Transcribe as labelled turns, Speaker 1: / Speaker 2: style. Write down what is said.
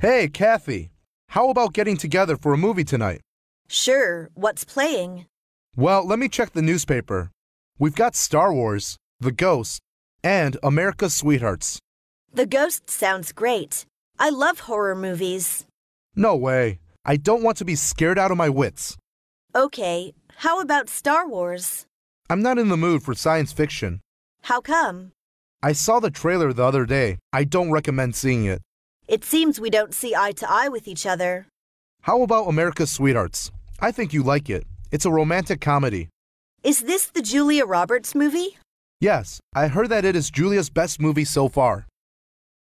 Speaker 1: Hey, Kathy, how about getting together for a movie tonight?
Speaker 2: Sure, what's playing?
Speaker 1: Well, let me check the newspaper. We've got Star Wars, The Ghost, and America's Sweethearts.
Speaker 2: The Ghost sounds great. I love horror movies.
Speaker 1: No way. I don't want to be scared out of my wits.
Speaker 2: Okay, how about Star Wars?
Speaker 1: I'm not in the mood for science fiction.
Speaker 2: How come?
Speaker 1: I saw the trailer the other day. I don't recommend seeing it.
Speaker 2: It seems we don't see eye to eye with each other.
Speaker 1: How about America's Sweethearts? I think you like it. It's a romantic comedy.
Speaker 2: Is this the Julia Roberts movie?
Speaker 1: Yes, I heard that it is Julia's best movie so far.